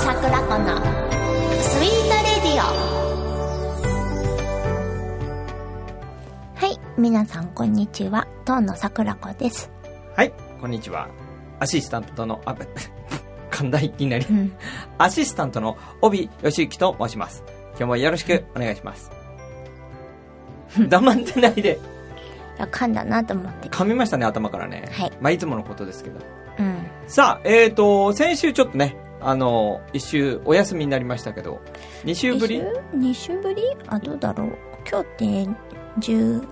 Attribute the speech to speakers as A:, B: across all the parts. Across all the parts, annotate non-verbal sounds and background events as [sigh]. A: ナスイートレディオはい皆さんこんにちは東野桜子です
B: はい、こんにちは。アシスタントの、あ、 [laughs] 寛大になり
A: う、ん
B: アシスタントの帯義行と申します。今日もよろしくお願いします。黙ってないで。
A: いや噛んだなと思って
B: 噛みましたね、頭からね。
A: はい
B: まあ、いつものことですけど。
A: うん
B: さあ、えーと、先週ちょっとね、あの、一週お休みになりましたけど、二週ぶり
A: 2週ぶりあどうだろう今日って16、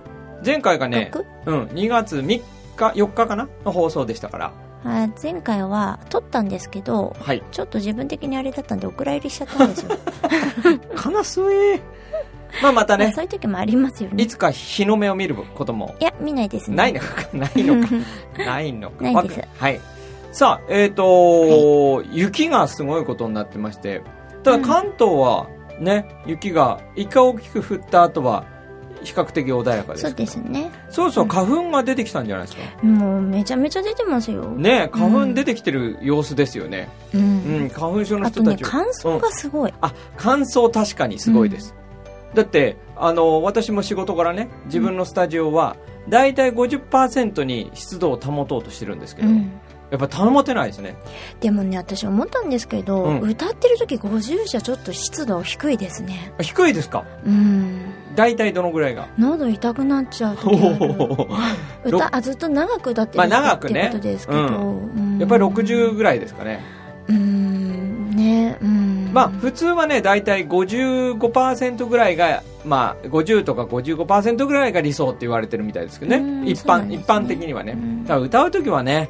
B: 前回がね、うん、2月3日、4日かなの放送でしたから。
A: あ前回は撮ったんですけど
B: はい。
A: ちょっと自分的にあれだったんでお蔵入りしちゃったんです
B: [laughs]
A: よ、
B: 悲しい。まあ、また
A: まあ
B: ね
A: そ、ういう時もありますよね
B: いつか日の目を見ることも
A: いや見ないですね
B: ないのか、 [laughs] ない
A: [laughs]
B: のか、ないのか。
A: ないです
B: わかはい。さあ、えっ、とー雪がすごいことになってまして、ただ関東はね、雪が一回大きく降った後は、比較的穏やかです。
A: そうですね
B: そうそう、花粉が出てきたんじゃないですか。
A: もうめちゃめちゃ出てますよ、
B: ね花粉出てきてる様子ですよね。
A: う
B: うん、
A: ん
B: 花粉症の
A: あ
B: 人
A: と
B: た
A: ね
B: ちは
A: 乾燥がすごい、
B: あ、乾燥確かにすごいです。だって、あの、私も仕事からね、自分のスタジオは、だいたい50%に湿度を保とうとしてるんですけど、
A: うん
B: やっぱ保てないですね。
A: でもね私思ったんですけど、
B: うん
A: 歌ってる時50じゃちょっと湿度低いですね
B: あ低いですか
A: うん
B: 大体どのぐら
A: [laughs]
B: いが
A: 喉痛くなっちゃう時ある歌あずっと長く歌ってる
B: まあ長くね
A: ってことですけど、
B: うん
A: うん
B: [laughs] やっぱり60ぐらいですかね。
A: うんねうん
B: まあ、普通はね、大体55%ぐらいが、まあ、50とか55%ぐらいが理想って言われてるみたいですけど
A: うん
B: ね。一
A: そうな
B: 般、
A: んですね
B: 一般的にはね
A: うん。
B: ただ歌うときはね、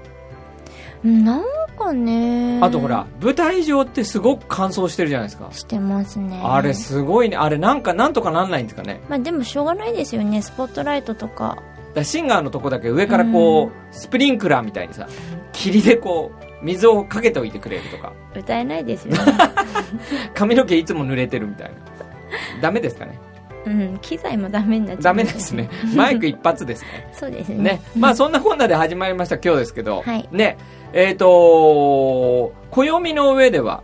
A: なんかね
B: あとほら、舞台上ってすごく乾燥してるじゃないですか。
A: してますね
B: あれすごいね。あれなんか、なんとかなんないんですかね。
A: まあでもしょうがないですよねスポットライトとか
B: だからシンガーのとこだけ上からこう、スプリンクラーみたいにさ、霧でこう、水をかけておいてくれるとか。
A: 歌えないですよ
B: [laughs]
A: ね
B: 髪の毛いつも濡れてるみたいな。ダメですかね。
A: うん機材もダメになっちゃう
B: ダメです
A: [laughs]
B: ね。マイク一発ですね。
A: そうですね
B: ね。まあそんなこんなで始まりました今日ですけど。
A: はい
B: ね。えっ、と暦の上では、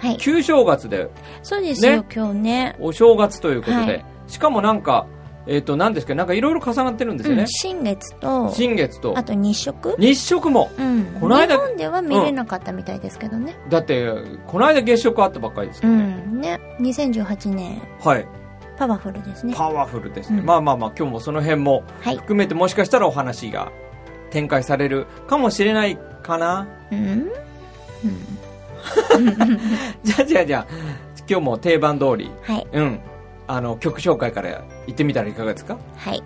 A: はい
B: 旧正月で
A: そうですよ、
B: ね
A: 今日ね
B: お正月ということ
A: は
B: で、
A: い
B: しかもなんか、えっ、と、なんですけど、なんかいろいろ重なってるんですよ
A: う
B: ね
A: ん、。新月と
B: 新月と
A: あ、と日食
B: 日食も。
A: うん
B: この間
A: 日本では見れなかったみたいですけどね
B: だって、この間月食あったばっかりですけ
A: う
B: ど
A: ん
B: ね。、
A: ね2018年
B: はい。
A: パワフルですね
B: パワフルですね。
A: うん
B: まあまあまあ、今日もその辺も
A: はい
B: 含めてもしかしたらお話が展開されるかもしれないかな。 [laughs]
A: うん、うん、
B: じゃあじゃあじゃあ、今日も定番通り、
A: はい
B: うん。あの、曲紹介から行ってみたらいかがですか
A: はい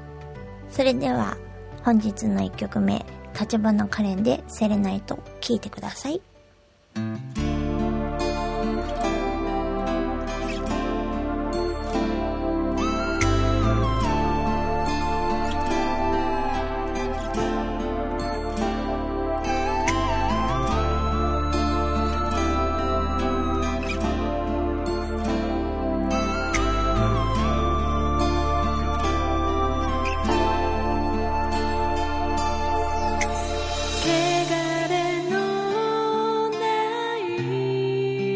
A: それでは本日の1曲目「立花カレン」で「セレナイト」聴いてください
C: 「汚れのない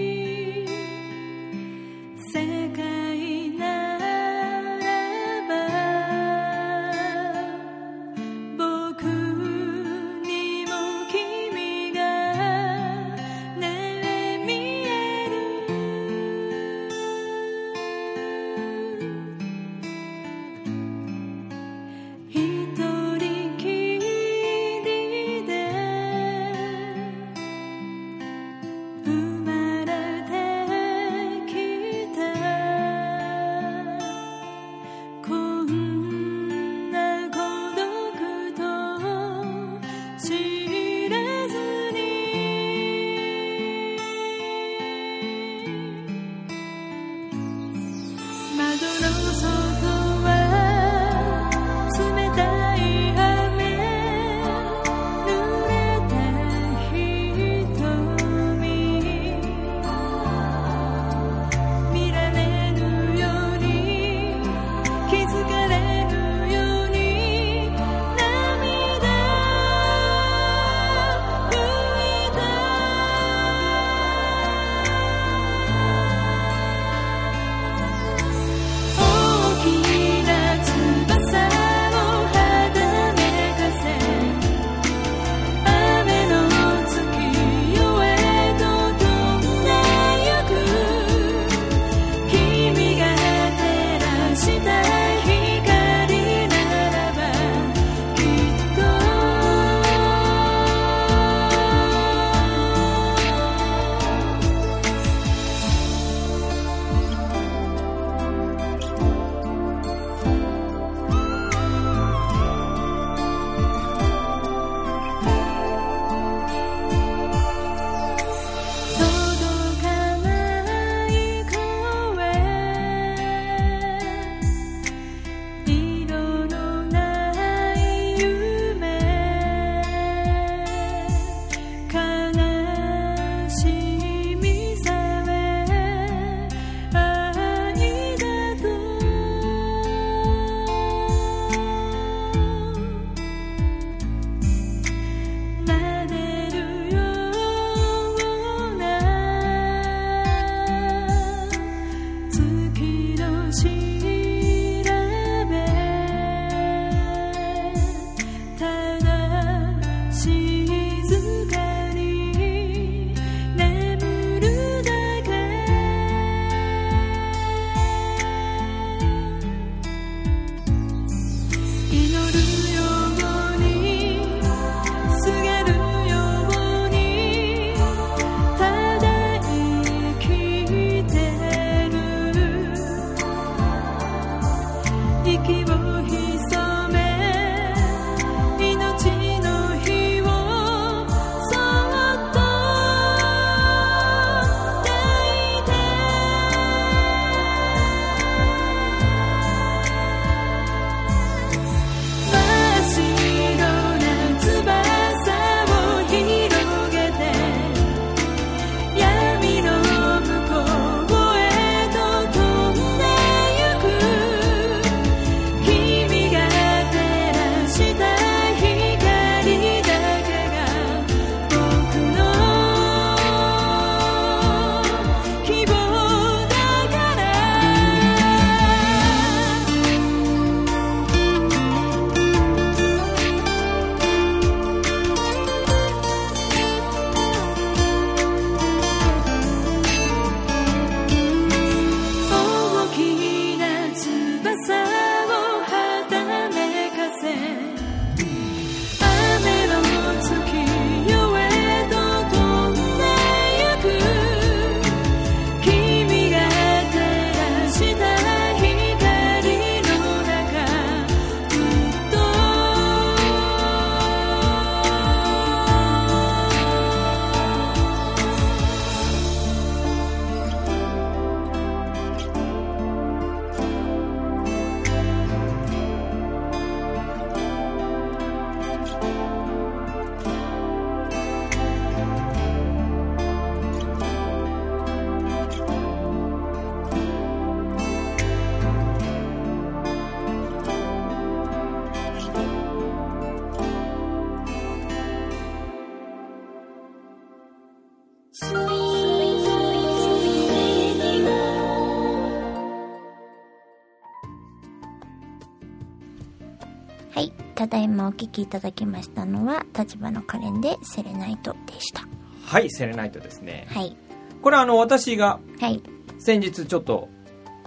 A: ただいまお聞きいただきましたのは、立場のカレンでセレナイトでした。
B: はい、セレナイトですね。
A: はい。
B: これはあの、私が
A: はい。
B: 先日ちょっと、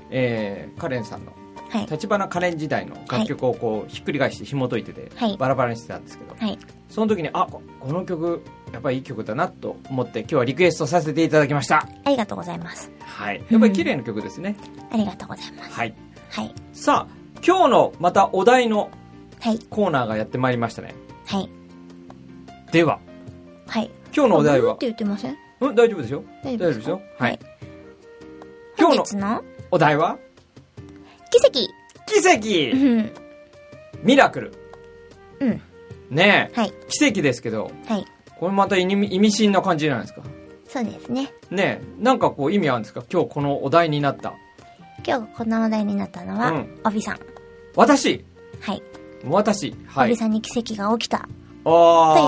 B: えーカレンさんの、
A: はい。
B: 立花カレン時代の楽曲をこう、ひっくり返して紐解いてて、
A: はい
B: バラバラにしてたんですけど、
A: はい。
B: その時に、あ、ここの曲、やっぱりいい曲だなと思って、今日はリクエストさせていただきました。
A: ありがとうございます。
B: はい。やっぱり綺麗な曲ですね。
A: ありがとうございます。
B: はい。
A: はい。
B: さあ、今日のまたお題の
A: はい。
B: コーナーがやってまいりましたね。
A: はい。
B: では、
A: はい。
B: 今日のお題
A: ブー
B: は
A: って、言ってません
B: うん、大丈夫ですよ。
A: 大
B: 大丈夫です
A: か
B: よ。はい。今
A: 本日
B: 日の
A: の
B: お題は、
A: 奇
B: 奇
A: 跡う
B: 跡
A: ん。
B: ミラクル
A: うん。
B: ねえ、
A: はい。
B: 奇跡ですけど、
A: はい。
B: これまた意味意味深な感じじゃないですか。
A: そうですね。
B: ねえ、なんかこう意味あるんですか今日このお題になった。
A: 今日このお題になったのは、
B: うん
A: おびさん。
B: 私
A: はい。
B: 私
A: お
B: は
A: び
B: い。
A: さんに奇跡が起きた
B: ああ。とい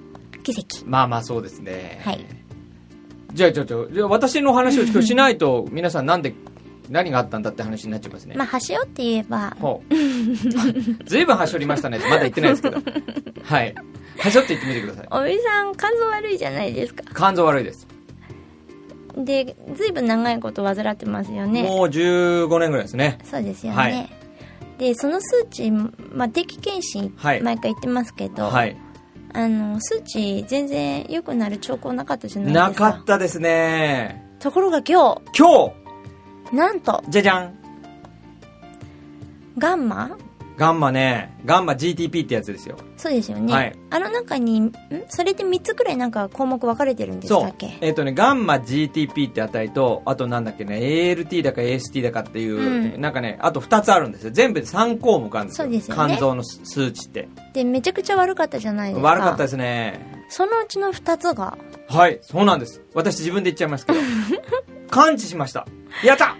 B: うことで。
A: 奇跡。
B: まあまあそうですね。
A: はい。
B: じゃあ、じゃあ、じゃあじゃあ私の話を今日しないと、皆さんなんで、何があったんだって話になっちゃいますね。
A: まあ、端折って言えば、
B: ほう。ずいぶん端折りましたね。まだ言ってないですけど。はい。端折って言ってみてください。
A: おびさん肝臓悪いじゃないですか。
B: 肝臓悪いです。
A: で、ずいぶん長いこと患ってますよね。
B: もう15年ぐらいですね。
A: そうですよね。
B: はい
A: で、その数値、まあ、定期検診、
B: はい
A: 毎回言ってますけど、
B: はい。
A: あの、数値全然良くなる兆候なかったじゃない
B: な
A: です
B: か
A: か。
B: ったですね。
A: ところが今日、
B: 今
A: なんと、
B: 日、じゃじゃん。
A: ガンマ
B: ガンマね。ガンマ GTP ってやつですよ。
A: そうですよね。
B: はい
A: あの中に、んそれで3つくらいなんか項目分かれてるんでし
B: そ
A: た
B: う
A: っけ。
B: えっ、とね、ガンマ GTP って値と、あとなんだっけね、ALT だか AST だかっていう、
A: うん
B: なんかね、あと2つあるんですよ。全部で3項目あるんですよ。
A: そうですよね
B: 肝臓の数数値って。
A: で、めちゃくちゃ悪かったじゃないですか。
B: 悪かったですね。
A: そのうちの2つが、
B: はい、そうなんです。私自分で言っちゃいま
A: [laughs]
B: すけど。完治しました。やった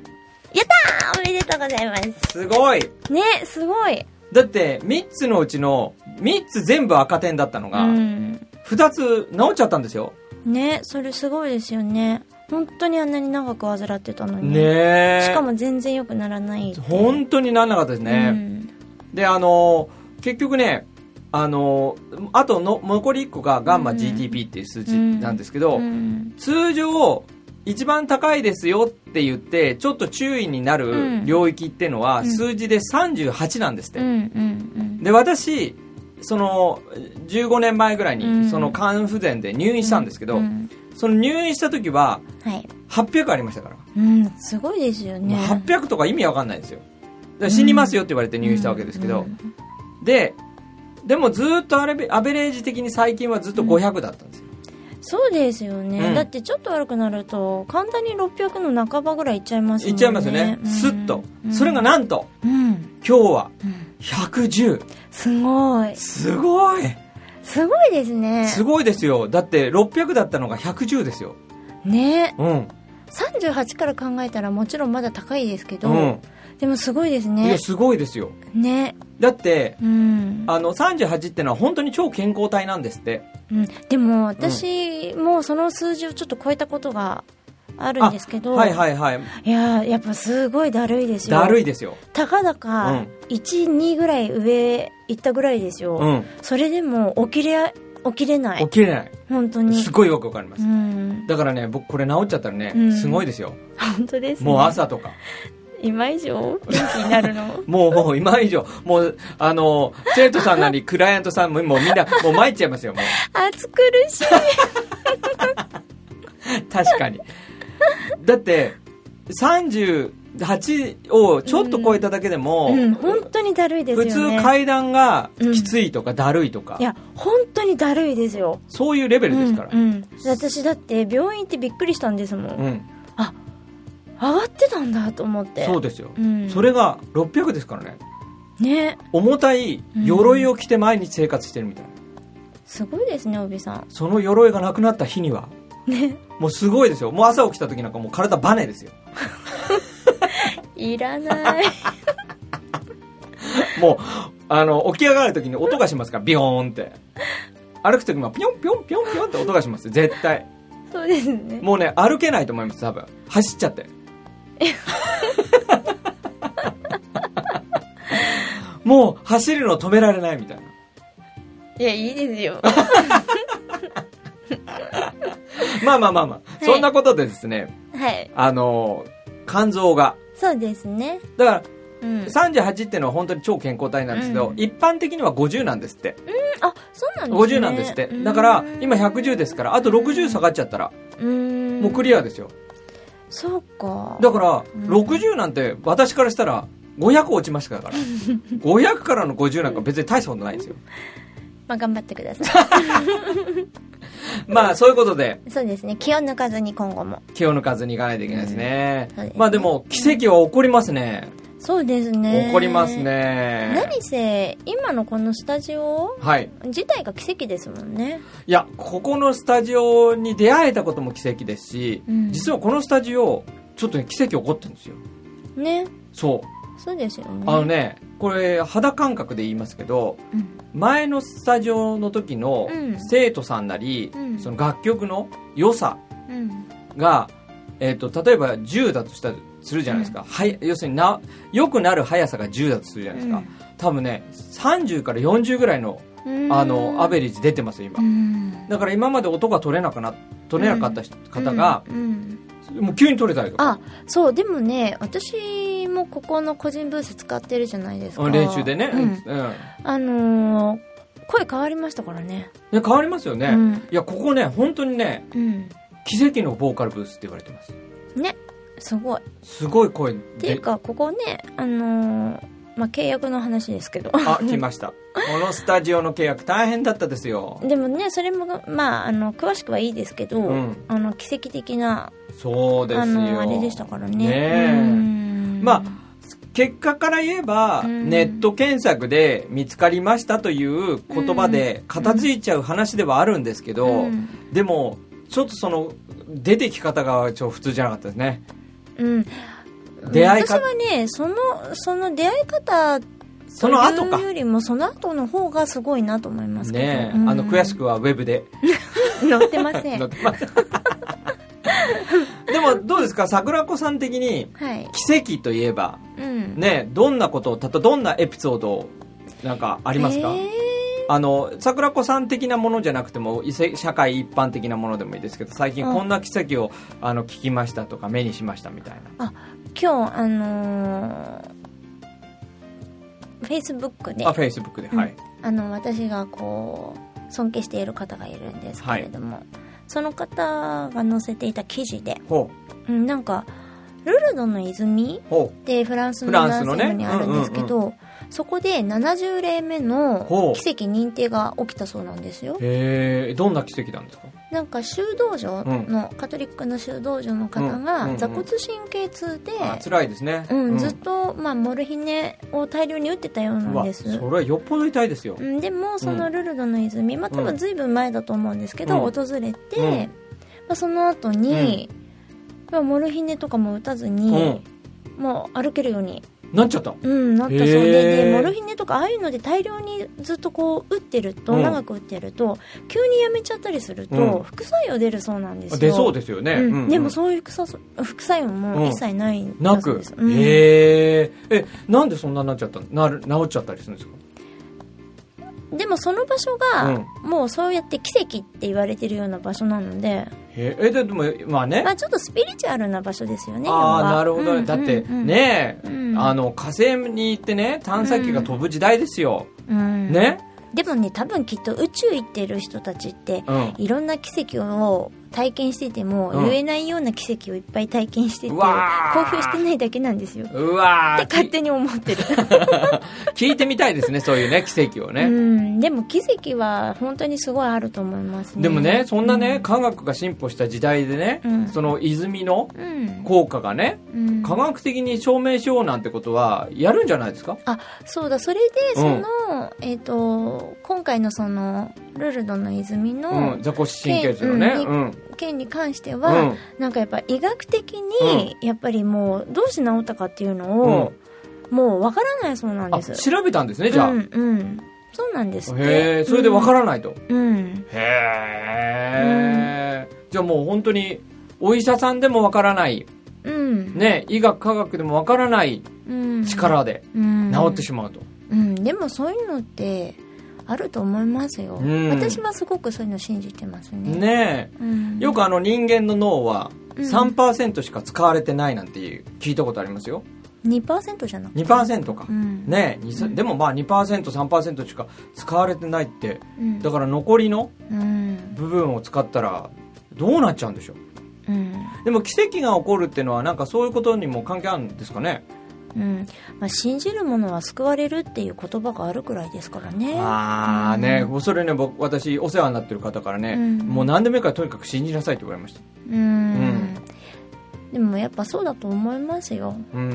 A: やったーおめでとうございます。
B: すごい
A: ね、すごい。
B: だって、3つのうちの、3つ全部赤点だったの
A: う
B: が、
A: ん。
B: 2つ治っちゃったんですよ。
A: ねそれすごいですよね本当にあんなに長く患ってたのに、
B: ねえ。
A: しか、も全然良くならないって
B: 本当になんなかったですね。
A: うん
B: であの結局ねあのあとの残り1個がガンマ
A: うん
B: GTP っていう数字なんですけど、
A: うん
B: 通常一番高いですよって言ってちょっと注意にな
A: う
B: る
A: ん
B: 領域ってのは
A: うん
B: 数字で38なんですって、
A: うんうん
B: で私その15年前ぐらい
A: うん
B: にその肝不全で入
A: う
B: 院
A: ん
B: したんですけど、
A: うん
B: その入院した時は
A: はい、
B: 800ありましたから、
A: うん、すごいですよね
B: もう800とか意味わかんないですよだから死にますよって言われて入院したわけですけど、
A: うん
B: ででもずーっとアレベアベレージ的に最近はずっと500だったんですよ、
A: そうですよね、
B: うん
A: だってちょっと悪くなると簡単に600の半ばぐらいいっちゃいますもんね
B: いっちゃいますよね、
A: うん
B: スッと、それがなんと
A: うん、
B: 今日は
A: うん
B: 110
A: すごい
B: すごい
A: すごいですね
B: すごいですよだって600だったのが110ですよ
A: ね
B: うん
A: 38から考えたらもちろんまだ高いですけど、
B: うん
A: でもすごいです
B: い
A: ね
B: やすごいですよ
A: ね
B: だって
A: うん、
B: あの38ってのは本当に超健康体なんですって
A: うん、でも私もその数字をちょっと超えたことがあるんですけど、
B: はいはいはい
A: いやーやっぱすごいだるいですよ
B: だるいですよ
A: たかだ
B: う
A: か
B: ん
A: 12ぐらい上行ったぐらいですよ、
B: うん
A: それでも起きれ起きれな
B: 起
A: い
B: きれない
A: 本当に
B: すごいよくわかりま
A: う
B: す
A: ん
B: だからね僕これ治っちゃったらね
A: うん
B: すごいですよ
A: 本当です、ね、
B: もう朝とか
A: 今以上元気になるの [laughs]
B: もう、もう、今以上、もう、あの、生徒さんなり、クライアントさんも、もうみんな、もう参っちゃいますよ、もう。
A: 暑苦しい
B: 確かに。だって、38をちょっと超えただけでも、
A: うん本当にだるいですよ
B: 普
A: ね
B: 通階段がきついとか、だるいとか、
A: いや本当にだるいですよ
B: そういうレベルですから。う
A: うん
B: ん。
A: うん私だって病院行ってびっくりしたんですもん、上がってたんだと思って
B: そうですよ。
A: うん、
B: それが600ですからね。
A: ね
B: 重たい鎧を着て毎日生活してるみたいな。
A: すごいですねおびさん
B: その鎧がなくなった日には、
A: ね
B: もうすごいですよ。もう朝起きた時なんかもう体バネですよ。
A: いら
B: [laughs]
A: ない
B: もう、あの、起き上がるときに音がしますから、ビヨーンって。歩くときも、ピョンピョンピョンピョンって音がしますよ絶対。
A: そうですね
B: もうね、歩けないと思います、多分。走っち
A: [laughs]
B: ゃって。もう走るの止められないみたいな。
A: いや、いいです
B: [laughs]
A: よ。
B: まあまあまあま
A: い
B: あ、そんなことでですね、
A: はい。
B: あのー肝臓が、
A: そうですね。
B: だから
A: うん。
B: 38っていうのは本当に超健康体なんですけど、
A: うん
B: 一般的には50なんですって。
A: あ、そうなんですね。
B: 50なんですって。だから、今
A: う
B: 110ですから、あと60下がっちゃったら、
A: ーん。
B: もうクリアですよ。
A: そうか。
B: だから、
A: うん
B: 60なんて私からしたら、500落ちましたから。500からの50なんか別に大したことないですよ。
A: まあ、頑張ってくださ
B: まあ、そういうことで、 [laughs]
A: い。そうですね。気を抜かずに今後も。
B: 気を抜かずにいかないといけないですね。
A: うんそうですね
B: まあでも、奇跡は起こりますね。
A: そうですね。
B: 起こります。ね。
A: 何せ、今のこのスタジオ
B: はい。
A: 自体が奇跡ですもんね。
B: いや、ここのスタジオに出会えたことも奇跡ですし、
A: うん
B: 実はこのスタジオ、ちょっとね、奇跡起こってるんですよ。
A: ね。
B: そう。
A: そうですよね。
B: あのね、これ、肌感覚で言いますけど、
A: うん。
B: 前のスタジオの時の
A: うん
B: 生徒さんなり、
A: うん
B: その楽曲の良さ
A: うん。
B: が、えっと例えば10だとしたするじゃないですか、はい要するにな良くなる速さが10だとするじゃないですか、多分ね30から40ぐらいの
A: うん
B: あのアベレージ出てますよ今、
A: うん
B: だから今まで音が取れなくな取れなかった人方が、
A: うんうん
B: もう急に取れたりとか
A: あそうでもね私もここの個人ブース使ってるじゃないですか
B: 練習でね、
A: うん
B: うんうん
A: あのー声変わりましたからね
B: ね変わりますよね、
A: うん
B: いやここね本当にね
A: うん
B: 奇跡のボーカルブースって言われてます
A: ねすごいっ
B: すごい声
A: ていう
B: で
A: かここねあのーまあ契約の話ですけど
B: あ来ましたこのスタジオの契約大変だったですよ
A: でもねそれもまああの詳しくはいいですけど、
B: うん
A: あの奇跡的な
B: そうですよ
A: あのあれでしたからね
B: ねえ
A: うん
B: ま結果から言えば、
A: うん
B: ネット検索で見つかりましたという言葉で片付いちゃう話ではあるんですけど、
A: うん
B: でもちょっとその出てき方がちょっと普通じゃなかったですね
A: うん、
B: 出会い
A: 私
B: か
A: はねそのその出会い方
B: その後か
A: というよりもその後の方がすごいなと思いますけど
B: ねえ、
A: うん
B: あの悔しくはウェブで
A: 載ってま [laughs] せん
B: 載っ
A: は
B: てます [laughs] でもどうですか桜子さん的に
A: い、
B: 奇跡といえば
A: うん、
B: ねどんなことをたったどんなエピソードをなんかありますか、
A: えー
B: あの桜子さん的なものじゃなくてもいせ社会一般的なものでもいいですけど最近
A: うん
B: こんな奇跡をあの聞きましたとか目にしましたみたいな
A: 今日あのフェイスブックで
B: あ
A: あ
B: フェイスブックではい、
A: の私がこう尊敬している方がいるんですけれども、その方が載せていた記事で、
B: ほ
A: うん、なんかルルドの泉
B: うほ
A: ってフランスの
B: フラン
A: 南
B: スの
A: 西
B: ね
A: 部にあるんですけど、そこで70例目の
B: ほう
A: 奇跡認定が起きたそうなんですよ
B: うへえどんな奇跡なんですか
A: なんか修道女の、カトリックの修道女の方
B: うんうんう
A: が
B: ん
A: 座骨神経痛で、
B: あ辛いですね
A: うんずっと、まあ、モルヒネを大量に打ってたよう
B: う
A: なん
B: わ
A: です
B: それはよっぽど痛いですよ、
A: うんでもそのルルドの泉、まあ、多
B: うん
A: 分ずいぶん前だと思うんですけど、
B: うん
A: 訪れて、
B: うん
A: まあ、その後に、まあ、モルヒネとかも打たず
B: うん
A: に、もう歩けるように
B: なっちゃった
A: うん、なったそう
B: へ
A: で
B: ー
A: でモルヒネとかああいうので大量にずっとこう打ってると、
B: うん
A: 長く打ってると急にやめちゃったりすると、
B: うん
A: 副作用出るそうなんですよ
B: 出そうですよね、
A: うん
B: うんうん
A: でもそういう副作副作用
B: うん
A: も一切ないん
B: な
A: だそう
B: く
A: です、うん
B: へええなんでそんなになっちゃったのなる治っちゃったりするんですか
A: でもその場所が、もうそうやって奇跡って言われてるような場所なので、
B: へええででもまあね
A: [laughs] まあ、ちょっとスピリチュアルな場所ですよね
B: あ
A: 要
B: あ
A: は
B: なるほど、
A: うん
B: だって
A: うんうん
B: ね
A: うん
B: あの火星に行ってね探査機が飛ぶ時代ですよ、
A: うん
B: ね、
A: でもね多分きっと宇宙行ってる人たちって
B: うん、
A: いろんな奇跡を体験してても、
B: うん
A: 言えないような奇跡をいっぱい体験してて
B: う
A: 公
B: わー
A: 表してないだけなんですよって
B: うわー
A: 勝手に思ってる、
B: き聞いてみたいですねそういうね奇跡を
A: う
B: ね、
A: んでも奇跡は本当にすごいあると思いますね
B: でもねそんなね、科学が進歩した時代でね、
A: うん
B: その泉の
A: うん、
B: 効果がね
A: うん
B: 科学的に証明しようなんてことはやるんじゃないですか、
A: あそうだそれでその、えっ、と今回のそのルルドの泉
B: うん
A: の
B: ザコシ神経痛のね、
A: う
B: うんん
A: 件に関して
B: う
A: は、
B: ん
A: なんかやっぱ医学的にやっぱりもうどうして治ったかっていうのを、もうわからないそうなん
B: あ
A: です
B: 調べたんですねじゃあ、
A: うんうん、そうなんですって
B: へえそれでわかららないと、
A: うん、
B: へえ、じゃあもう本当にお医者さんでもわからない、
A: うん
B: ね、医学科学でもわからない
A: うん、
B: 力で
A: うん
B: 治ってしまうと、
A: まうん、でもそういうのってあると思いますよ、
B: うん
A: 私はすごくそういうの信じてますね
B: ね
A: うん
B: えよくあの人間の脳は
A: うん
B: 3%しか使われてないなんていう聞いたことありますよ
A: 2%じゃなくて
B: 2%か
A: うん
B: ねえにさ
A: うん
B: でもまあ 2%3% しか使われてないって
A: うん
B: だから残りの
A: うん
B: 部分を使ったらどうなっちゃうんでしょ
A: う
B: う
A: ん
B: でも奇跡が起こるっていうのはなんかそういうことにも関係あるんですかね
A: うんまあ、信じるものは救われるっていう言葉があるくらいですからね
B: ああね、それね僕私お世話になってる方からね、
A: うん
B: もう何でもいいからとにかく信じなさいって言われました
A: うん、でもやっぱそうだと思いますよ、
B: うん、
A: う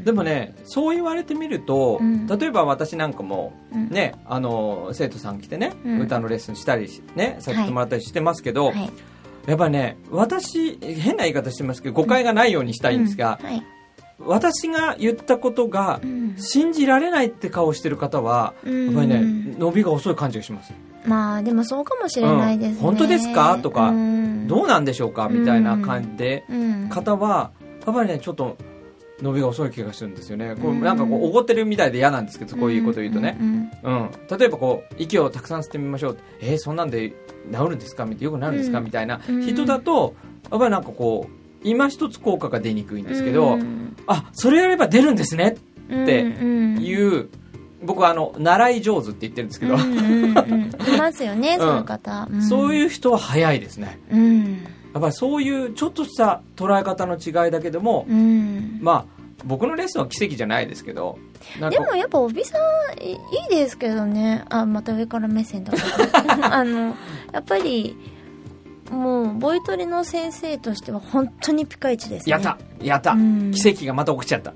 A: ん、
B: でもねそう言われてみると、
A: うん
B: 例えば私なんかも
A: うん
B: ねあの生徒さん来てね、
A: うん
B: 歌のレッスンしたりしねさせてもらったりしてますけど、
A: はい
B: やっぱね私変な言い方してますけど誤解がないようにしたいんですが
A: う、んはい
B: 私が言ったことが
A: うん
B: 信じられないって顔してる方はやっぱり
A: う
B: ね
A: ん
B: 伸びが遅い感じがします
A: まあでもそうかもしれないですね、
B: うん本当ですかとか
A: うん
B: どうなんでしょうかみたいな感じで
A: うん
B: 方はやっぱりねちょっと伸びが遅い気がするんですよねこう
A: うん
B: なんかこうおごってるみたいで嫌なんですけどこういうこと言うとね、
A: んん
B: うん、例えばこう息をたくさん吸ってみましょうえーそんなんで治るんですかみたいなよくなるんですか
A: うん
B: みたいな
A: うん
B: 人だとやっぱりなんかこう今一つ効果が出にくいんですけど
A: うん
B: あそれやれば出るんですねって
A: うん
B: いう僕はあの習い上手って言ってるんですけど
A: うんうんうんいますよね、そういう方、
B: そう
A: う
B: いう人は早いですね
A: ん
B: やっぱりそういうちょっとした捉え方の違いだけでも
A: うん
B: まあ僕のレッスンは奇跡じゃないですけどなん
A: で
B: か
A: もやっぱ帯さんいいいですけどねあまた上から目線だけど
B: [laughs]
A: あのやっぱりもうボイトレの先生としては本当にピカイチですね
B: やったやった
A: うん
B: 奇跡がまた起き
A: [laughs]
B: ちゃった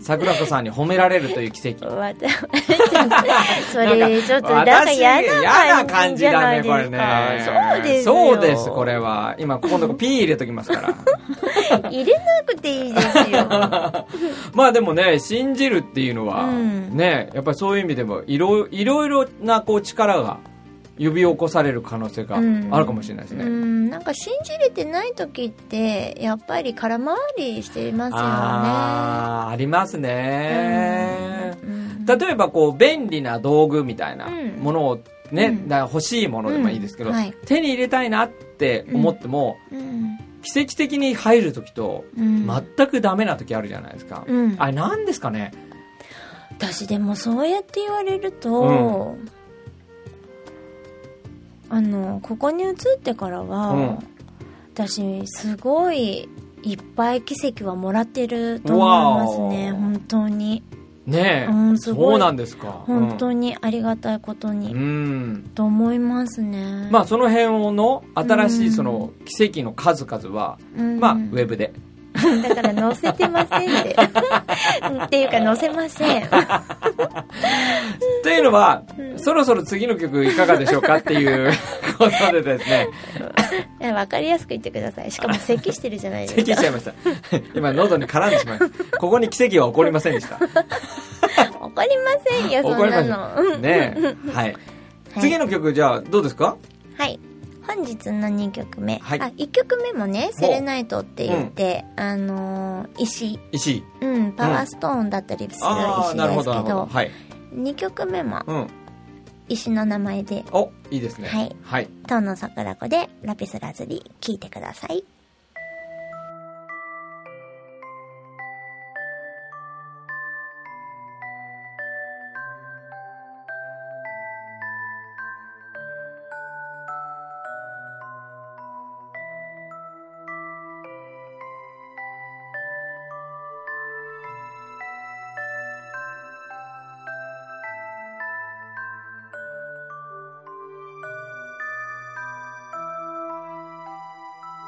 B: 桜子さんに褒められるという奇跡
A: わた [laughs] それちょっと
B: な
A: だか
B: んか
A: ら
B: 私
A: 嫌
B: 嫌
A: な
B: な
A: 感
B: 感
A: じ
B: じ
A: じゃな
B: だ
A: い
B: ね
A: で
B: これ
A: すか
B: ね
A: そうですよ
B: そうですこれは今ここのとこピー入れときますから
A: [laughs] 入れなくていいですよ
B: まあでもね信じるっていうのは、
A: うん
B: ねやっぱりそういう意味でもいろいろいろなこう力が呼び起こされる可能性があるかもしれないですね、
A: うんなんか信じれてない時ってやっぱり空回りしていますよね
B: ああありますね、
A: うん
B: 例えばこう便利な道具みたいな
A: うん
B: ものをね、
A: うん
B: だから欲しいものでもいいですけど、
A: うんはい
B: 手に入れたいなって思っても、
A: うん
B: 奇跡的に入る時と
A: うん
B: 全くダメな時あるじゃないですか、
A: うん
B: あれ何ですかね
A: 私でもそうやって言われると、あのここに移ってからは、
B: うん
A: 私すごいいっぱい奇跡はもらってると思いますね
B: わお
A: 本当に
B: ねえ、
A: うんすごい
B: そうなんですか
A: 本当
B: に
A: にありがたいことに、
B: うん
A: と思いますね
B: まあその辺の新し
A: う
B: い
A: ん
B: その奇跡の数々は、
A: うん
B: まあウェブで
A: だから載せてませんって [laughs] っていうか載せません
B: というのは、
A: うん
B: そろそろ次の曲いかがでしょうかっていうことでですね
A: いやわかりやすく言ってくださいしかも咳してるじゃないですか
B: 咳しちゃいました [laughs] 今喉に絡んでしまいましたここに奇跡は起こりませんでした
A: 怒りませんよそ
B: 怒
A: ん
B: りま
A: な
B: せ
A: の
B: んねえ
A: [laughs]
B: はい
A: はい
B: 次の曲じゃあどうですか
A: はい。本日の2曲目。
B: はい
A: あ、1曲目もね、セレナイトって言って、あのー石、
B: 石井
A: うん、パワーストーンだったりする石
B: ああなる
A: で
B: ほ
A: す
B: どな
A: け
B: るほど
A: ど、
B: はい、
A: 2曲目も
B: うん、
A: 石の名前で、
B: おいいですね
A: はい、
B: はい
A: 東の桜子でラピスラズリ聴いてください。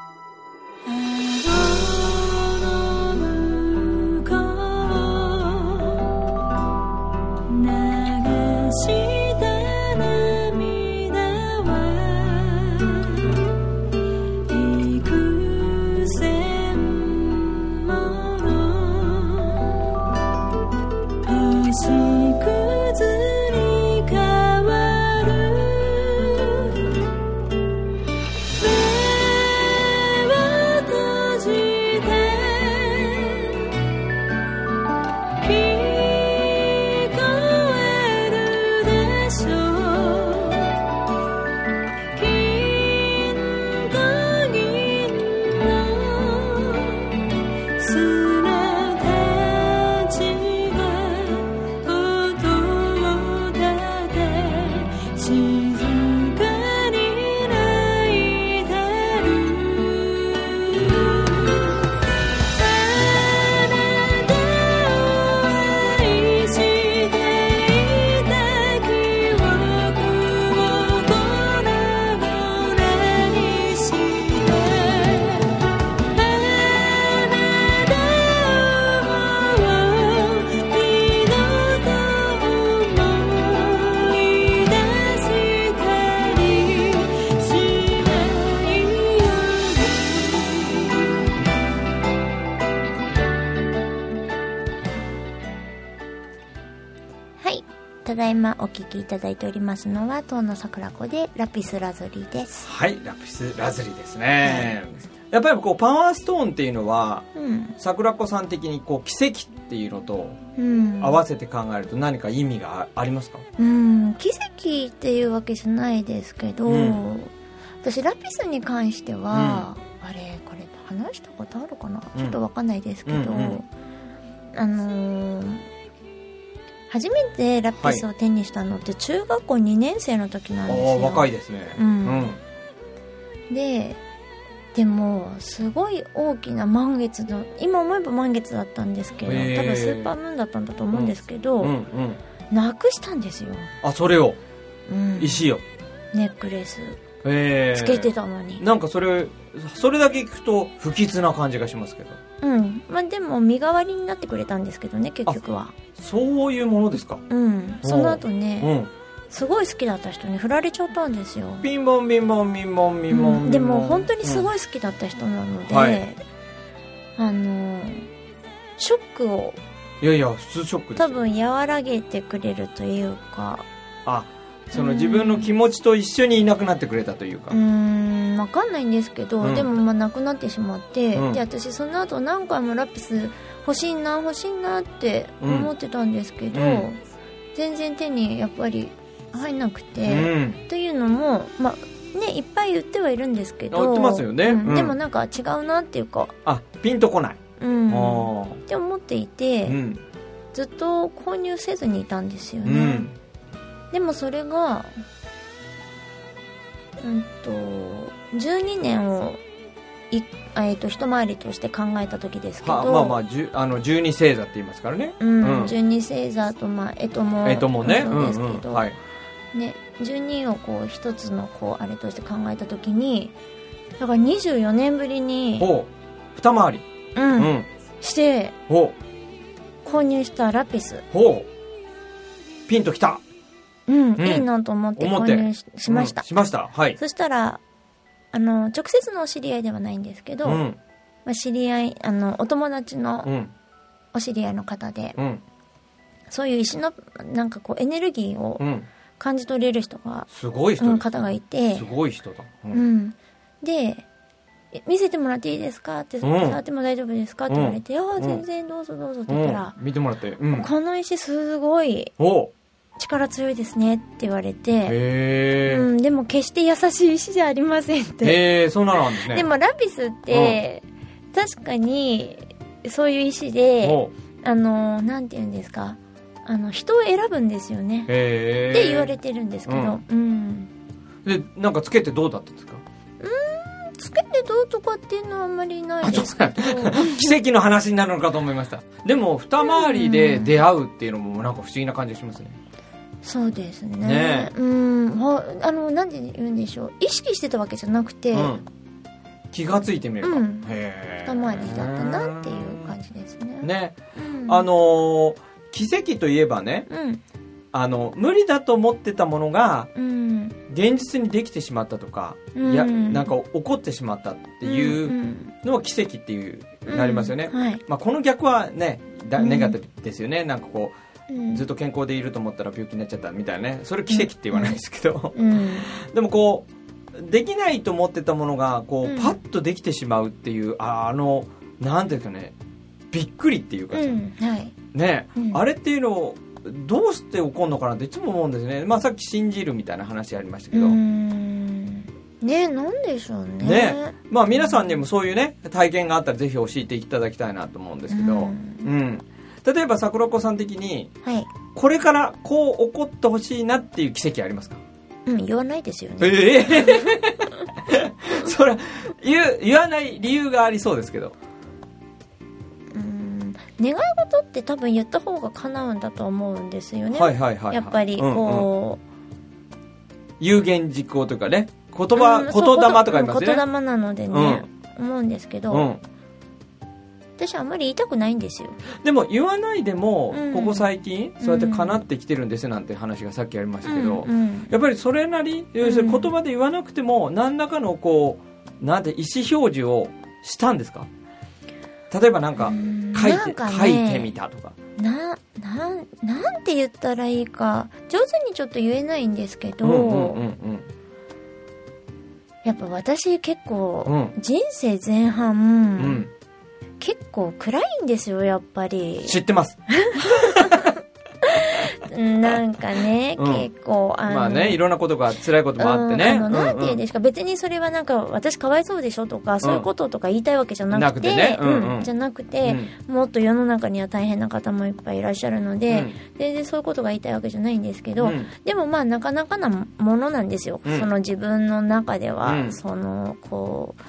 C: 「静かに泣いてる「あなたを愛していた記憶を粉々にして」「あなたを二度と思い出したりしないように」
A: はい。ただいまお聴きいただいておりますのは、遠野桜子で、ラピスラズリです。
B: はいラピスラズリですね、やっぱりこうパワーストーンっていうのは
A: うん。
B: 桜子さん的にこう奇跡っていうのと
A: うん。
B: 合わせて考えると何か意味があありますか、
A: うん。奇跡っていうわけじゃないですけど、
B: うん
A: 私、ラピスに関しては、あれ、これ話したことあるかな、
B: うん
A: ちょっとわかんないですけど、
B: うんうん
A: あのー初めてラピスを手にしたのって中学校2年生の時なんで
B: あ
A: す
B: あ
A: よ。
B: 若いですね
A: うんででもすごい大きな満月の今思えば満月だったんですけど、
B: へー
A: 多分スーパームーンだったんだと思うんですけど、
B: うんうん
A: なくしたんですよ、
B: あそれを
A: うん、
B: 石を、
A: ネックレス
B: ええ
A: つけてたのに、
B: なんかそれそれだけ聞くと不吉な感じがしますけど
A: うんまあ、でも身代わりになってくれたんですけどね結局は
B: そういうものですか
A: うんその後
B: う
A: ね
B: ん
A: すごい好きだった人に振られちゃったんですよ
B: ピンポンピンポンピンポンピンポンピンポン
A: でも本当にす
B: い、
A: ごい好きだった人なので、
B: うんはい
A: あのショックを
B: うんいやいや普通ショックです
A: 多
B: よ
A: 分和らげてくれるというか
B: あその自分の気持ちと一緒にいなくなってくれたというか、
A: うーん分かんないんですけど、
B: うん
A: でもまあなくなってしまって、
B: うん
A: で私その後何回もラピス欲しいな欲しいなって思ってたんですけど、
B: うん
A: 全然手にやっぱり入んなく
B: う
A: て、
B: ん
A: というのもまあねいっぱい言ってはいるんですけど
B: あ売ってますよね
A: うん
B: うん
A: でもなんか違うなっていうか、
B: あピンとこない、
A: うん、
B: あ
A: っ
B: ー
A: て思っていて、
B: うん
A: ずっと購入せずにいたんですよ
B: う
A: ね、
B: ん
A: でもそれが、うんと、12年をい、あえっと、一回りとして考えた時ですけど、
B: はまあまあじゅあの十二星座って言いますからね
A: うん、
B: うん
A: 12星座と、まあ、えとも、
B: えっともうね
A: そうですけど、
B: うんうんはい、
A: ね、12をこう、一つの、こう、あれとして考えた時に、だから24年ぶりに、
B: ほう二回り
A: う、
B: うんん
A: して、
B: ほ
A: 購入したラピス。
B: うほうピンときた
A: うん、
B: ん
A: いいなと思って
B: 思っ
A: 購
B: て
A: 入ししました
B: うん。しましたはい
A: そしたら、あの、直接のお知り合いではないんですけど、
B: ん
A: まあ、知り合いあのお友達
B: う
A: の
B: ん
A: お知り合いの方で
B: うん
A: そういう石のなんかこうエネルギーを
B: うん
A: 感じ取れる人が、
B: すごい人
A: う
B: で
A: ん、
B: す
A: 方がいて
B: す、ごい人だ、う
A: う、ん、でえ見せてもらっていいですかって、
B: うん
A: 触っても大丈夫ですかって言われて、ああ
B: ん
A: 全然どうぞどうぞって
B: う
A: 言った
B: ん
A: ら、
B: 見てもらってうん
A: この石すごい
B: お
A: 力強いですねって言われ
B: へ
A: て、
B: え、
A: うん、でも決して優しい石じゃありませんって
B: へえそうなのあんですね
A: でもラピスって、確かにそういう石で、
B: ほう
A: あのなんて言うんですかあの人を選ぶんですよね
B: へえ
A: って言われてるんですけど、
B: うん
A: うん
B: でなんかつけてどうだったんですか
A: つけてどうとかっていうのはあんまりないですけど
B: 奇跡の話になるのかと思いましたでも二回りで出会うっていうのもなんか不思議な感じがしますね
A: [laughs] そうですね
B: ね
A: うんはあの何て言うんでしょう意識してたわけじゃなくて、
B: うん気がついてみれば、
A: うん
B: へえ
A: 二回りだったなっていう感じですね
B: ね
A: うん、
B: あのー奇跡といえばね
A: うん
B: あの無理だと思ってたものが
A: うん
B: 現実にできてしまったとか、
A: うん
B: いやなんか起こってしまったっていうのは奇跡っていう、なりますよね、
A: うんはい、
B: まあ、この逆はねだ
A: うん
B: ネガティブですよね、なんかこ
A: う
B: うんずっと健康でいると思ったら病気になっちゃったみたいなねそれ奇跡って言わないですけど、
A: うん、
B: [laughs] でもこうできないと思ってたものがこう、
A: うん
B: パッとできてしまうっていうああのなんていうかねびっくりっていうかさ、
A: うん、はい
B: ね、
A: うん
B: あれっていうのをどうして起こるのかなっていつも思うんですね、まあ、さっき信じるみたいな話ありましたけど、
A: うんねなんでしょうね
B: ねまあ、皆さんにもそういうね体験があったらぜひ教えていただきたいなと思うんですけど、
A: う
B: うんん例えば桜子さん的に
A: はい
B: これからこう起こってほしいなっていう奇跡ありますか
A: うん、言わないですよね。
B: ええ [laughs] それ言う言わない理由がありそうですけど
A: うん、願い事って多分言った方が叶うんだと思うんですよね。
B: はいはいはいはい、
A: やっぱり
B: うんうん
A: こう、
B: 有言実行というかね言
A: 言
B: 葉、言霊とか言いますよ
A: 言
B: ね
A: 霊なのでね、思うんですけど、
B: うん、
A: 私あんまり言いたくないんですよ。
B: でも言わないでも、
A: うん
B: ここ最近そうやって叶ってきてるんですなんて話がさっきありましたけど、
A: うんうん
B: やっぱりそれなり要するに言葉で言わなくても何らかのこうなんて意思表示をしたんですか例えばなんか
A: うん
B: 書いて,、
A: なんかね
B: 書いてみたとか
A: な、なん、なんて言ったらいいか、上手にちょっと言えないんですけど、
B: うんうんうん
A: やっぱ私結
B: う
A: 構、
B: ん
A: 人生前半、
B: うん、うん、
A: 結構暗いんですよ、やっぱり。
B: 知ってます
A: うんなんかね、
B: うん
A: 結構、あの、
B: まあねいろんなことが辛いこともあってね
A: うんあのなんて言うんですすか、別にそれはなんか私かわいそうでしょとか、そういうこととか言いたいわけじゃなくて、
B: なくてねうんうん
A: じゃなく
B: う
A: て、
B: ん
A: もっと世の中には大変な方もいっぱいいらっしゃるので、
B: うん
A: 全然そういうことが言いたいわけじゃないんですけど、
B: うん
A: でもまあなかなかなものなんですよ、
B: うん
A: その自分の中では、
B: うん
A: そのこう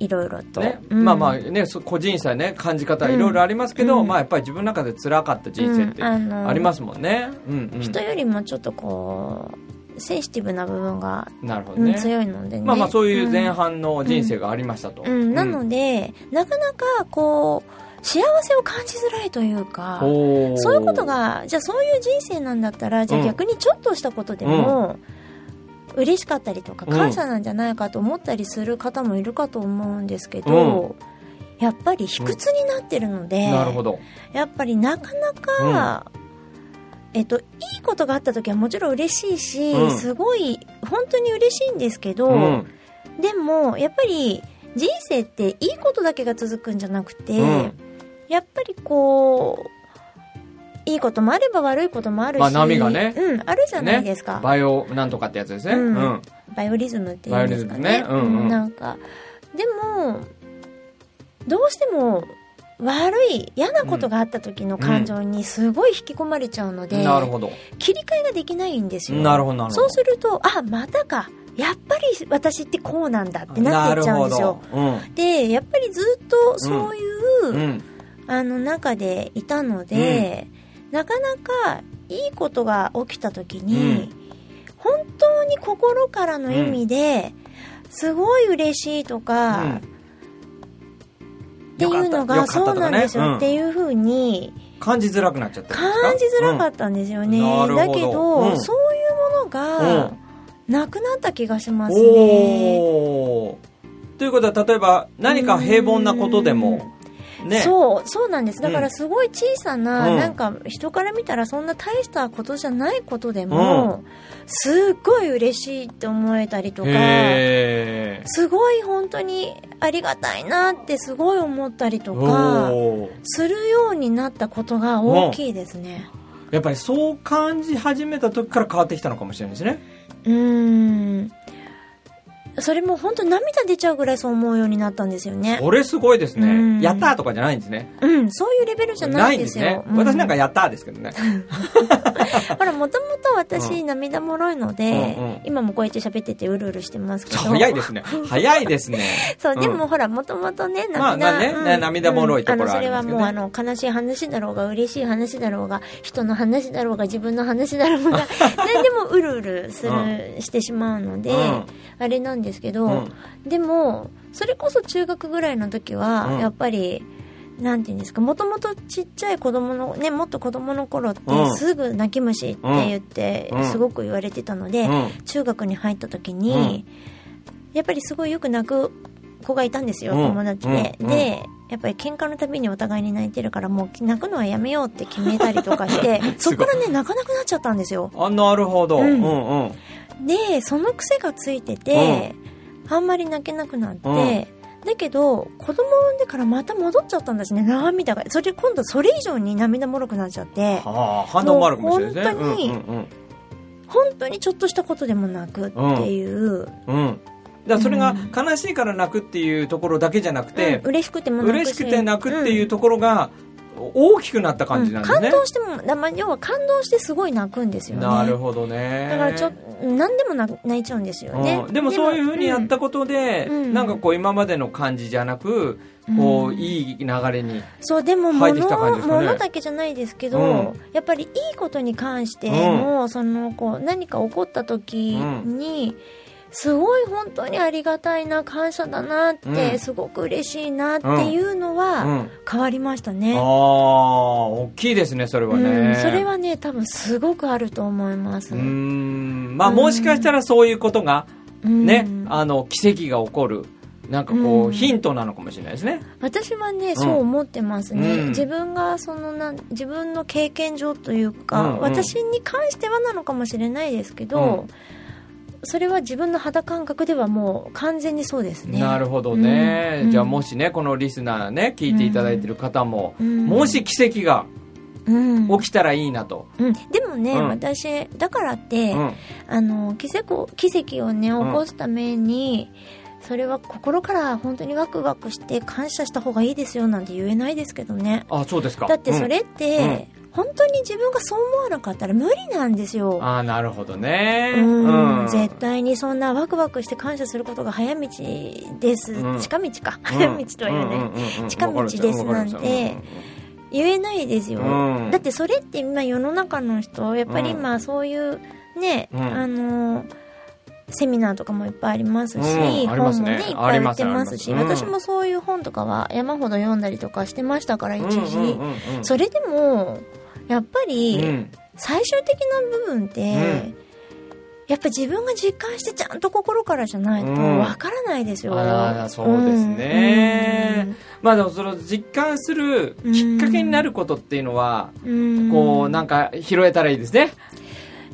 A: いろいろと、
B: ね
A: うん
B: まあまあねそ個人差ね感じ方いろいろありますけど、
A: うん
B: まあやっぱり自分の中で辛かった人生って
A: うん
B: あ
A: あの
B: りますもんね、うんうん
A: 人よりもちょっとこうセンシティブな部分が、
B: なるほど
A: うん
B: ね
A: 強いのでね
B: まあまあそういう前
A: ん
B: 半の人生がありましたと、
A: うんなので、なかなかこう幸せを感じづらいというか
B: ほー
A: そういうことがじゃあそういう人生なんだったらじゃあ
B: うん
A: 逆にちょっとしたことでも、嬉しかったりとか
B: うん
A: 感謝なんじゃないかと思ったりする方もいるかと思うんですけど、やっぱり卑屈になってるので、
B: なるほど、
A: やっぱりなかなか、えっと、いいことがあった時はもちろん嬉しいし、
B: うん
A: すごい本当に嬉しいんですけど、
B: うん
A: でもやっぱり人生っていいことだけが続くんじゃなくて、
B: うん
A: やっぱりこういいこともあれば悪いこともあるし、
B: まあ波がね
A: うん、あるじゃないですか、
B: バイオなんとかってやつですね、う
A: うんんバイオリズムっていうんですかね
B: バイオリズムねうんうん
A: なんかでもどうしても悪い嫌なことがあった時の感情にすごい引き込まれちゃうので、
B: なるほど
A: 切り替えができないんですよ
B: なるほどなるほど
A: そうするとあまたかやっぱり私ってこうなんだってなっていっちゃうんですよ
B: なるほ
A: でやっぱりずっとそういう、
B: どうん、うん
A: あの中でいたので、なかなかいいことが起きた時に、本当に心からの意味で、すごい嬉しいとか、っていうのが、
B: よかった
A: そ
B: よかったとかね
A: うなんですよ、
B: うん
A: っていう風に
B: 感じづらくなっちゃった
A: 感じづらか
B: っ
A: ったんですよね、
B: うんなる
A: だ
B: ほど
A: けど、
B: うん
A: そういうものが、
B: うん
A: なくなった気がし
B: た
A: ますね。
B: おおーということは例えば何か平凡なことでもね
A: そうそうなんですだか
B: う
A: ら
B: ん
A: すごい小さな、
B: うん
A: なんか人から見たらそんな大したことじゃないことでも、すっごい嬉しいって思えたりとか
B: へえ
A: すごい本当にありがたいなってすごい思ったりとか
B: おー
A: するようになったことが大きいですね
B: やっぱりそう感じ始めた時から変わってきたのかもしれないですね
A: うーんそれも本当涙出ちゃうぐらいそう思うようになったんですよね
B: これすごいです
A: う
B: ね
A: ん
B: やったーとかじゃないんですね
A: うんそういうレベルじゃないんですよ
B: ね私なんか
A: う
B: やったーですけどね [laughs]
A: ほら、もともと
B: う
A: 私、涙もろいので、
B: うんうん
A: 今もこうやって喋っててうるうるしてますけど。
B: 早いですね早いです [laughs] ね
A: [laughs] そう、で
B: う
A: もほら、もともとね、
B: まあ
A: 涙、
B: まあねね涙もろいところ
A: あの、
B: はあ
A: そ
B: り
A: れ
B: ま
A: は
B: すけど
A: もう、
B: ね
A: あの、悲しい話だろうが、嬉しい話だろうが、人の話だろうが、自分の話だろう
B: [laughs]
A: が、何でもうるうるする、してしまうので、
B: うん
A: あれなんですけど、
B: うん
A: でも、それこそ中学ぐらいの時は、
B: うん
A: やっぱり、なんていうんですか、もともとちっちゃい子供の、ね、もっと子供の頃って
B: うん、
A: すぐ泣き虫って言って
B: うん、
A: すごく言われてたので、
B: うん
A: 中学に入った時に、やっぱりすごいよく泣く子がいたんですよ、
B: うん
A: 友達で。
B: うん
A: で、やっぱり喧嘩のたびにお互いに泣いてるから、もう泣くのはやめようって決めたりとかして、
B: [laughs]
A: そ
B: すごい
A: こからね、泣かなくなっちゃったんですよ。
B: あなるほど、う
A: うんん
B: うん
A: でその癖がついてて、あんまり泣けなくなって、だけど子供産んでからまた戻っちゃったんですね涙がそれ今度それ以上に涙もろくなっちゃって
B: はあ反応もあるかもしれないですね
A: もう本当に
B: うんうん
A: 本当にちょっとしたことでも泣くっていう、
B: うんうんだからそれが悲しいから泣くっていうところだけじゃなくて
A: うん、嬉しくても泣くし
B: 嬉しくて泣くっていうところが、大きくなった感じなんです
A: 感、
B: ね
A: 動してもだまあ要は感動してすごい泣くんですよね
B: なるほどね
A: だからちょっと何でもな泣いちゃうんですよね
B: うんでもそういうふうにやったことで、
A: うん
B: なんかこう今までの感じじゃなく、
A: うん
B: こういい流れに、
A: そうでも
B: 入っ
A: 物
B: てきた感じですかね
A: 物だけじゃないですけど、
B: うん
A: やっぱりいいことに関しての,、そのこう何か起こった時に、すごい本当にありがたいな感謝だなって、
B: うん
A: すごく嬉しいなっていうの
B: うん
A: は
B: あ
A: 変わりました
B: あ
A: ね。
B: 大きいですねそれはね、
A: うん、それはね多分すごくあると思います、
B: うーんまあもしかしたらそういうことが
A: うん
B: ね、あの奇跡が起こるなんかこう、
A: うん
B: ヒントなのかもしれないですね
A: 私はね、そう思ってますね、
B: うん
A: 自分がそのなん自分の経験上というか、
B: うんうん
A: 私に関してはなのかもしれないですけど、それは自分の肌感覚ではもう完全にそうですね
B: なるほどね、
A: うん
B: じゃあもしねこのリスナーね聞いていただいてる方も、
A: うん
B: もし奇跡が
A: うん
B: 起きたらいいなと、
A: うん、でもね、
B: うん
A: 私だからって、
B: うん
A: あの奇跡を奇跡をね起こすために、それは心から本当にワクワクして感謝した方がいいですよなんて言えないですけどね
B: あそうですか
A: だってそ
B: うん
A: れって、本当に自分がそう思わなかったら無理なんですよ
B: ああなるほどね
A: うん
B: うん
A: 絶対にそんなワクワクして感謝することが早道です、
B: うん
A: 近道か、
B: うん
A: 早道とは言わない、
B: うんうんうんうん
A: 近道ですなんて
B: わかりまし
A: 言えないですよ、
B: うん
A: だってそれって今世の中の人やっぱり
B: うん
A: 今そういうね、
B: うん
A: あのセミナーとかもいっぱいありますし、
B: うんありま
A: 本
B: す
A: も
B: ね
A: ねいっぱい売ってますし
B: ありますあり
A: 私も
B: ます
A: そういう本とかは山ほど読んだりとかしてましたから
B: た
A: 一
B: うん
A: 時、
B: うんうんうんうん
A: それでもやっぱり、
B: うん
A: 最終的な部分って、
B: ん
A: やっぱ自分が実感してちゃんと心からじゃないと
B: うん
A: わからないですよ、
B: あーそうですねまあでもその実感するきっかけになることっていうのは、
A: うん、うん
B: こうなんか拾えたらいいですね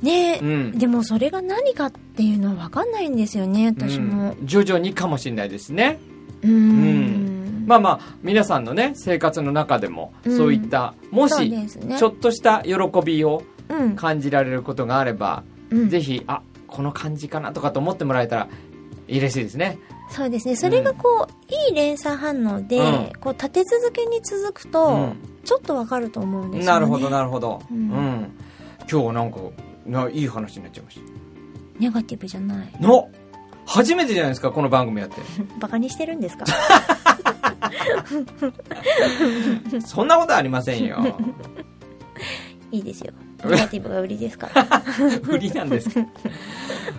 A: ね、
B: うん
A: でもそれが何かっていうのはわかんないんですよね私も
B: うん徐々にかもしれないですね
A: うん、
B: まあまあ皆さんのね生活の中でも
A: うん
B: そういった、も
A: そう
B: し
A: ですね
B: ちょっとした喜びを
A: うん
B: 感じられることがあれば、
A: うん
B: ぜひあこの感じかなとかと思ってもらえたら嬉しいですね
A: そうですねそれがこう、いい連鎖反応で、
B: うん
A: こう立て続けに続くと、
B: うん
A: ちょっとわかると思うんですよね
B: なるほどなるほど、う
A: うんん
B: 今日はなんかないい話になっちゃいまし
A: ネガティブじゃない
B: たの初めてじゃないですかこの番組やって
A: [laughs] バカにしてるんですか
B: そんなことありません
A: [laughs]
B: よ
A: いい
B: [laughs]
A: ですよネガティブが売りですから
B: 不利なんですけ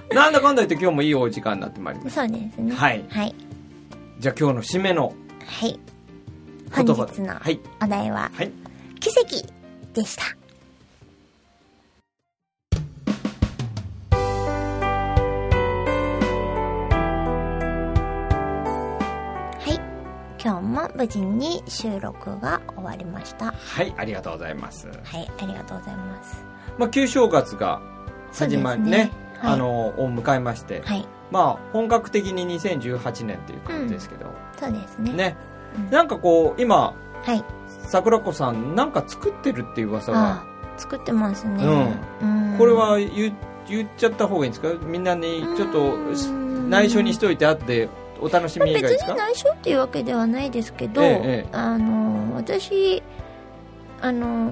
B: どなんだかんだ言って今日もいいお時間になってまいりまし
A: そうですね。
B: たはい
A: はい。
B: じゃあ今日の締めの
A: はい。
B: 言
A: 本
B: 葉
A: 日の
B: はい
A: お題は、
B: はい
A: 奇跡でした。はい。今日も無事に収録が終わりました。は
B: はいありがとうございます
A: い、ありがとうございます。
B: まあ、旧正月が始まりね
A: そうですねはい
B: あのを迎えまして、
A: はい、
B: まあ、本格的に2018年っていう感じですけど、
A: そうですね。
B: ね、
A: うん
B: なんかこう今
A: はい。
B: 桜子さんなんか作ってるっていう噂
A: あ
B: が、
A: あ、作ってますね。うん
B: これは言う言っちゃった方がいいんですかみんなにちょっとし内緒にしといてあってお楽しみがいいで
A: 別
B: すか
A: に内緒っていうわけではないですけど、
B: ええええ
A: あの私あの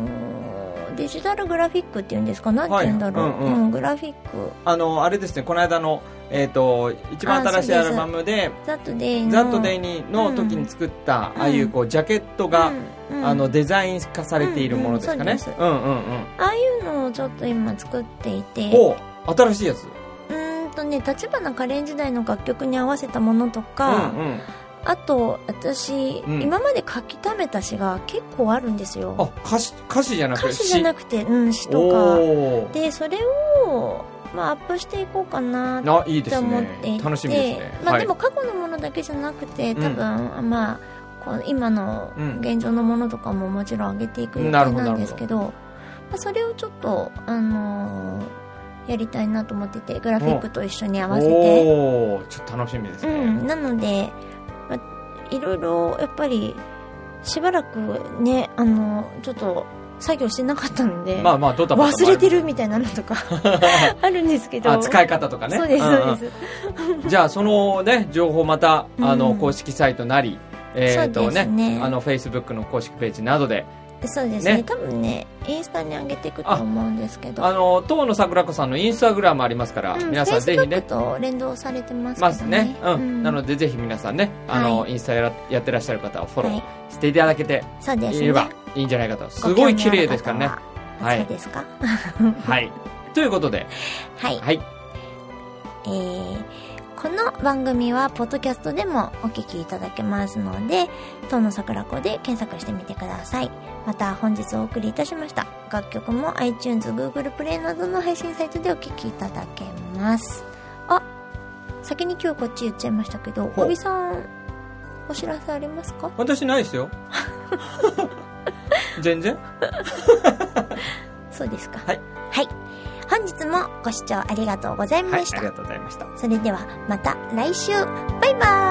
A: デジタルグラフィックっていうんですかなんて言うんだろう、
B: はいはいう
A: うん
B: うん
A: グラフィック
B: あのあれですねこの間の、えー、と一番新しい
A: あ
B: ア
A: そうです
B: ルバムで
A: ザットデイ
B: 「
A: の
B: ザットデイニーの時に作った、ああいうこうジャケットが、
A: うんうん
B: あのデザイン化されているものですかね。
A: うんうんそうです
B: うんうんうん。
A: ああいうのをちょっと今作っていてう
B: お新しいやつ。
A: ーんとね立花カレン時代の楽曲に合わせたものと
B: う
A: か、
B: んうん。
A: あと私、
B: うん
A: 今まで書き溜めた詩が結構あるんですよ
B: あ歌詞歌詞じゃなくて
A: 歌詞じゃな
B: く
A: くて、うん、詩とか
B: おー
A: でそれを、まあ、アップしていこうかな
B: あいい
A: っ
B: で
A: て
B: す
A: 思ってい
B: ね。
A: て
B: 楽しみですね。
A: まあ、
B: はい
A: でも過去のものだけじゃなくて多分、まあこう今の
B: うん
A: 現状のものとかももちろん上げていく予定
B: なるほど
A: なんですけど,、まあ、それをちょっと、あのーやりたいなと思っててグラフィックと一緒に合わせて、
B: おおちょっと楽しみです
A: う
B: ね。
A: ん、なので、まあ、いろいろやっぱりしばらくね、あのちょっと作業してなかったので、
B: まあまあどたばた
A: 忘れてるみたいなのと
B: [laughs]
A: かあるんですけど
B: あ使い方とかね。
A: そうです
B: んん
A: そうです、
B: じゃあそのね情報またあ
A: う
B: の
A: ん
B: 公式サイトなり。えーと
A: そうですね
B: あのフェイスブックの公式ページなどで、
A: そうですね
B: ね
A: 多分ねインスタに上げていくと思うんですけど
B: あの当の桜子さんのインスタグラムありますから、
A: うん、
B: 皆さんぜひ
A: Facebook
B: ね
A: と連動されてます
B: ま
A: け
B: す
A: ど
B: ね
A: ね、
B: うんなの
A: で
B: でぜひ皆さんねあの、
A: は
B: インスタやらやってらっしゃる方はフォロ
A: は
B: ーしていただけて
A: そうで
B: い
A: す
B: れば
A: ね
B: いいんじゃないかと、すごい綺麗ですからねは
A: はいいそうですか
B: はいということで
A: はい
B: はい
A: えーこの番組はポッドキャストでもお聞きいただけますので遠野桜子で検索してみてくださいまた本日お送りいたしました楽曲も iTunes、Google プレイなどの配信サイトでお聞きいただけますあ先に今日こっち言っちゃいましたけど
B: ほう
A: おびさんお知らせありますか
B: 私ないで
A: [laughs]
B: すよ全然
A: そうですか
B: はい、
A: はい、本日もご視聴ありがとうござい
B: はい
A: ました、
B: ありがとうございました
A: それではまた来週バイバーイ